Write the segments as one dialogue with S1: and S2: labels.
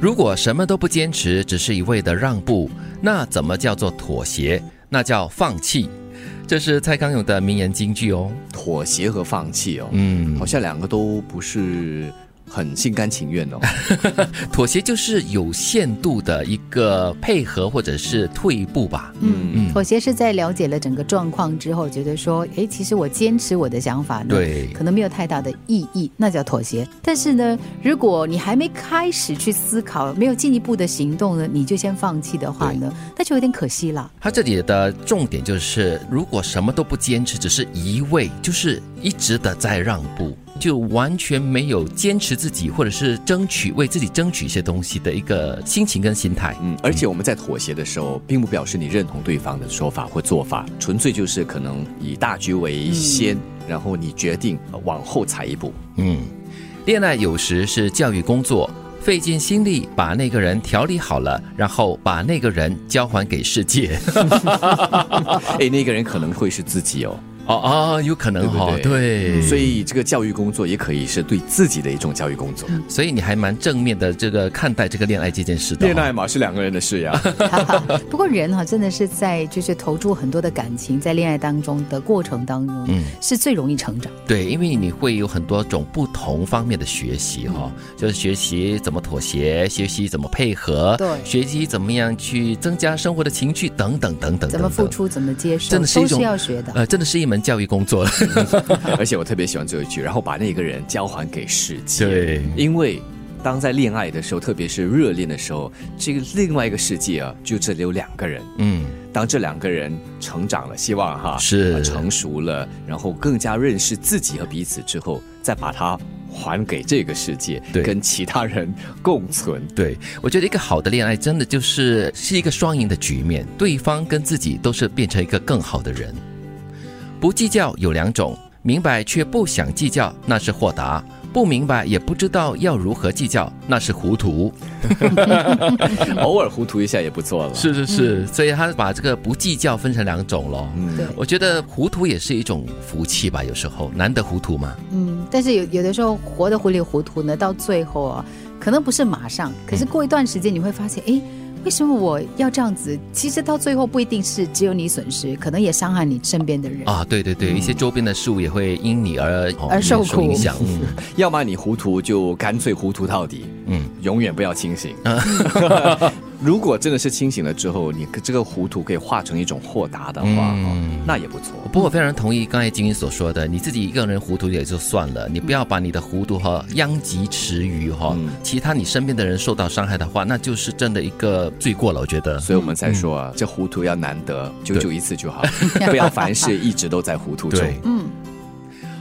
S1: 如果什么都不坚持，只是一味的让步，那怎么叫做妥协？那叫放弃。这是蔡康永的名言金句哦。
S2: 妥协和放弃哦，
S1: 嗯
S2: 好，像两个都不是很心甘情愿哦。
S1: 妥协就是有限度的一个配合或者是退步吧。
S2: 嗯
S1: 嗯
S3: 妥协是在了解了整个状况之后，觉得说，诶，其实我坚持我的想法呢，
S1: 对
S3: 可能没有太大的意义，那叫妥协。但是呢，如果你还没开始去思考，没有进一步的行动呢，你就先放弃的话呢，那就有点可 惜啦。
S1: 他这里的重点就是，如果什么都不坚持，只是一味就是一直的在让步，就完全没有坚持自己，或者是争取为自己争取一些东西的一个心情跟心态。
S2: 嗯，而且我们在妥协的时候，并不表示你认同对方的说法或做法，纯粹就是可能以大局为先，然后你决定呃往后踩一步。
S1: 嗯，恋爱有时是教育工作，费尽心力把那个人调理好了，然后把那个人交还给世界。啊
S2: 哎，那个人可能会是自己哦，
S1: 哦哦，有可能哦，
S2: 对不
S1: 对，
S2: 所以这个教育工作也可以是对自己的一种教育工作。
S1: 所以你还蛮正面的这个看待这个恋爱这件事的、
S2: 恋，爱嘛是两个人的事呀，
S3: 哈哈，不过人哈、真的是在就是投注很多的感情在恋爱当中的过程当中，
S1: 嗯
S3: 是最容易成长。
S1: 对，因为你会有很多种不同方面的学习哈、哦，就是学习怎么妥协，学习怎么配合，
S3: 对
S1: 学习怎么样去增加生活的情趣等等等等，
S3: 怎么
S1: 等等
S3: 付，出，怎么接受，
S1: 真的是一
S3: 都
S1: 种
S3: 是要学的。
S1: 呃，真的是一门教育工作。
S2: 而且我特别喜欢最后一句，然后把那个人交还给世 界。
S1: 对
S2: 因为当在恋爱的时候，特别是热恋的时候，这个另外一个世界啊，就只有两个人。
S1: 嗯，
S2: 当这两个人成长了，希望哈
S1: 是
S2: 呃成熟了，然后更加认识自己和彼此之后，再把它还给这个世界，
S1: 对
S2: 跟其他人 共存。
S1: 对，我觉得一个好的恋爱真的就是是一个双赢的局面，对方跟自己都是变成一个更好的人。不计较有两种，明白却不想计较，那是豁达；不明白也不知道要如何计较，那是糊涂。
S2: 偶尔糊涂一下也不错了。，
S1: 是是，嗯所以他把这个不计较分成两种咯。
S3: 对
S2: 嗯，
S1: 我觉得糊涂也是一种福气吧，有时候难得糊涂嘛。
S3: 嗯，但是有有的时候活得糊里糊涂呢，到最后啊，可能不是马上，可是过一段时间你会发现，哎、为什么我要这样子？其实到最后不一定是只有你损失，可能也伤害你身边的人。
S1: 啊，对对对，一些周边的事物也会因你而哦
S3: 而受苦
S1: 影响。嗯
S2: 要么你糊涂就干脆糊涂到底，
S1: 嗯，
S2: 永远不要清醒。 如果真的是清醒了之后，你这个糊涂可以化成一种豁达的话，
S1: 嗯
S2: 哦那也不错。
S1: 不过我非常同意刚才金英所说的，你自己一个人糊涂也就算了，你不要把你的糊涂和殃及池鱼哈、
S2: 嗯
S1: 其他你身边的人受到伤害的话，那就是真的一个罪过了，我觉得。
S2: 所以我们才说
S1: 嗯
S2: 啊，这糊涂要难得，久久一次就好， 不要凡事一直都在糊涂中。
S1: 对
S3: 嗯，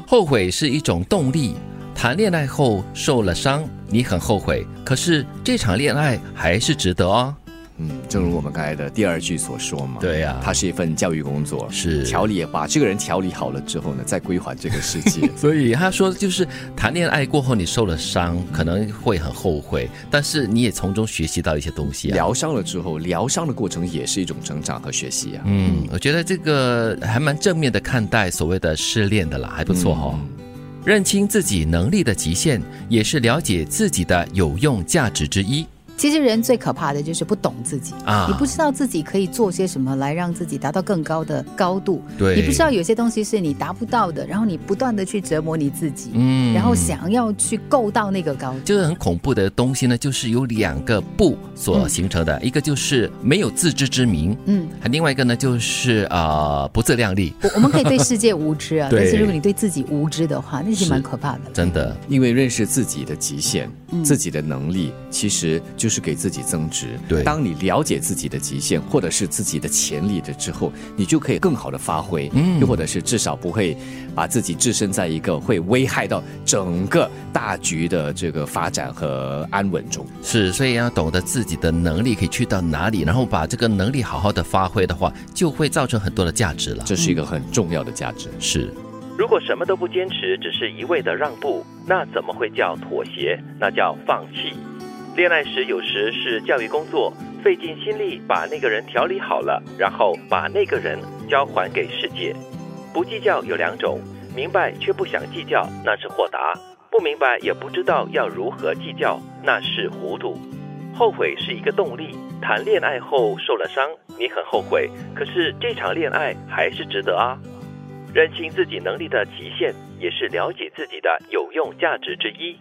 S1: 后悔是一种动力。谈恋爱后受了伤，你很后悔，可是这场恋爱还是值得哦。
S2: 嗯，正如我们刚才的第二句所说嘛，
S1: 对呀
S2: 它是一份教育工作，
S1: 是
S2: 调理把这个人调理好了之后呢，再归还这个世 界。
S1: 所以他说，就是谈恋爱过后你受了伤，可能会很后悔，但是你也从中学习到一些东西啊。
S2: 疗伤了之后，疗伤的过程也是一种成长和学习啊。
S1: 嗯，我觉得这个还蛮正面的看待所谓的失恋的啦，还不错
S2: 嗯
S1: 哦。认清自己能力的极限，也是了解自己的有用价值之一
S3: 其实人最可怕的就是不懂自己。
S1: 啊
S3: 你。不知道自己可以做些什么来让自己达到更高的高度，
S1: 对
S3: 你不知道有些东西是你达不到的，然后你不断的去折磨你自己，
S1: 嗯
S3: 然后想要去够到那个高度。
S1: 这个很恐怖的东西呢，就是由两个不所形成的，一个就是没有自知之明，
S3: 嗯，
S1: 另外一个呢就是呃不自量力，，
S3: 我我们可以对世界无知啊但是
S1: 对
S3: 如果你对自己无知的话，那是
S1: 是
S3: 蛮可怕的。
S1: 真的。
S3: 嗯
S2: 因为认识自己的极限、自己的能力，其实就是给自己增值。
S1: 对
S2: 当你了解自己的极限或者是自己的潜力的之后，你就可以更好的发挥，
S1: 嗯
S2: 又或者是至少不会把自己置身在一个会危害到整个大局的这个发展和安稳中。
S1: 是，所以要懂得自己的能力可以去到哪里，然后把这个能力好好的发挥的话，就会造成很多的价值了。
S2: 这是一个很重要的价值。
S1: 是。如果什么都不坚持，只是一味的让步，那怎么会叫妥协？那叫放弃。恋爱时有时是教育工作，费尽心力把那个人调理好了，然后把那个人交还给世界。不计较有两种，明白却不想计较，那是豁达；不明白也不知道要如何计较，那是糊涂。后悔是一个动力。谈恋爱后受了伤，你很后悔，可是这场恋爱还是值得啊。认清自己能力的极限，也是了解自己的有用价值之一。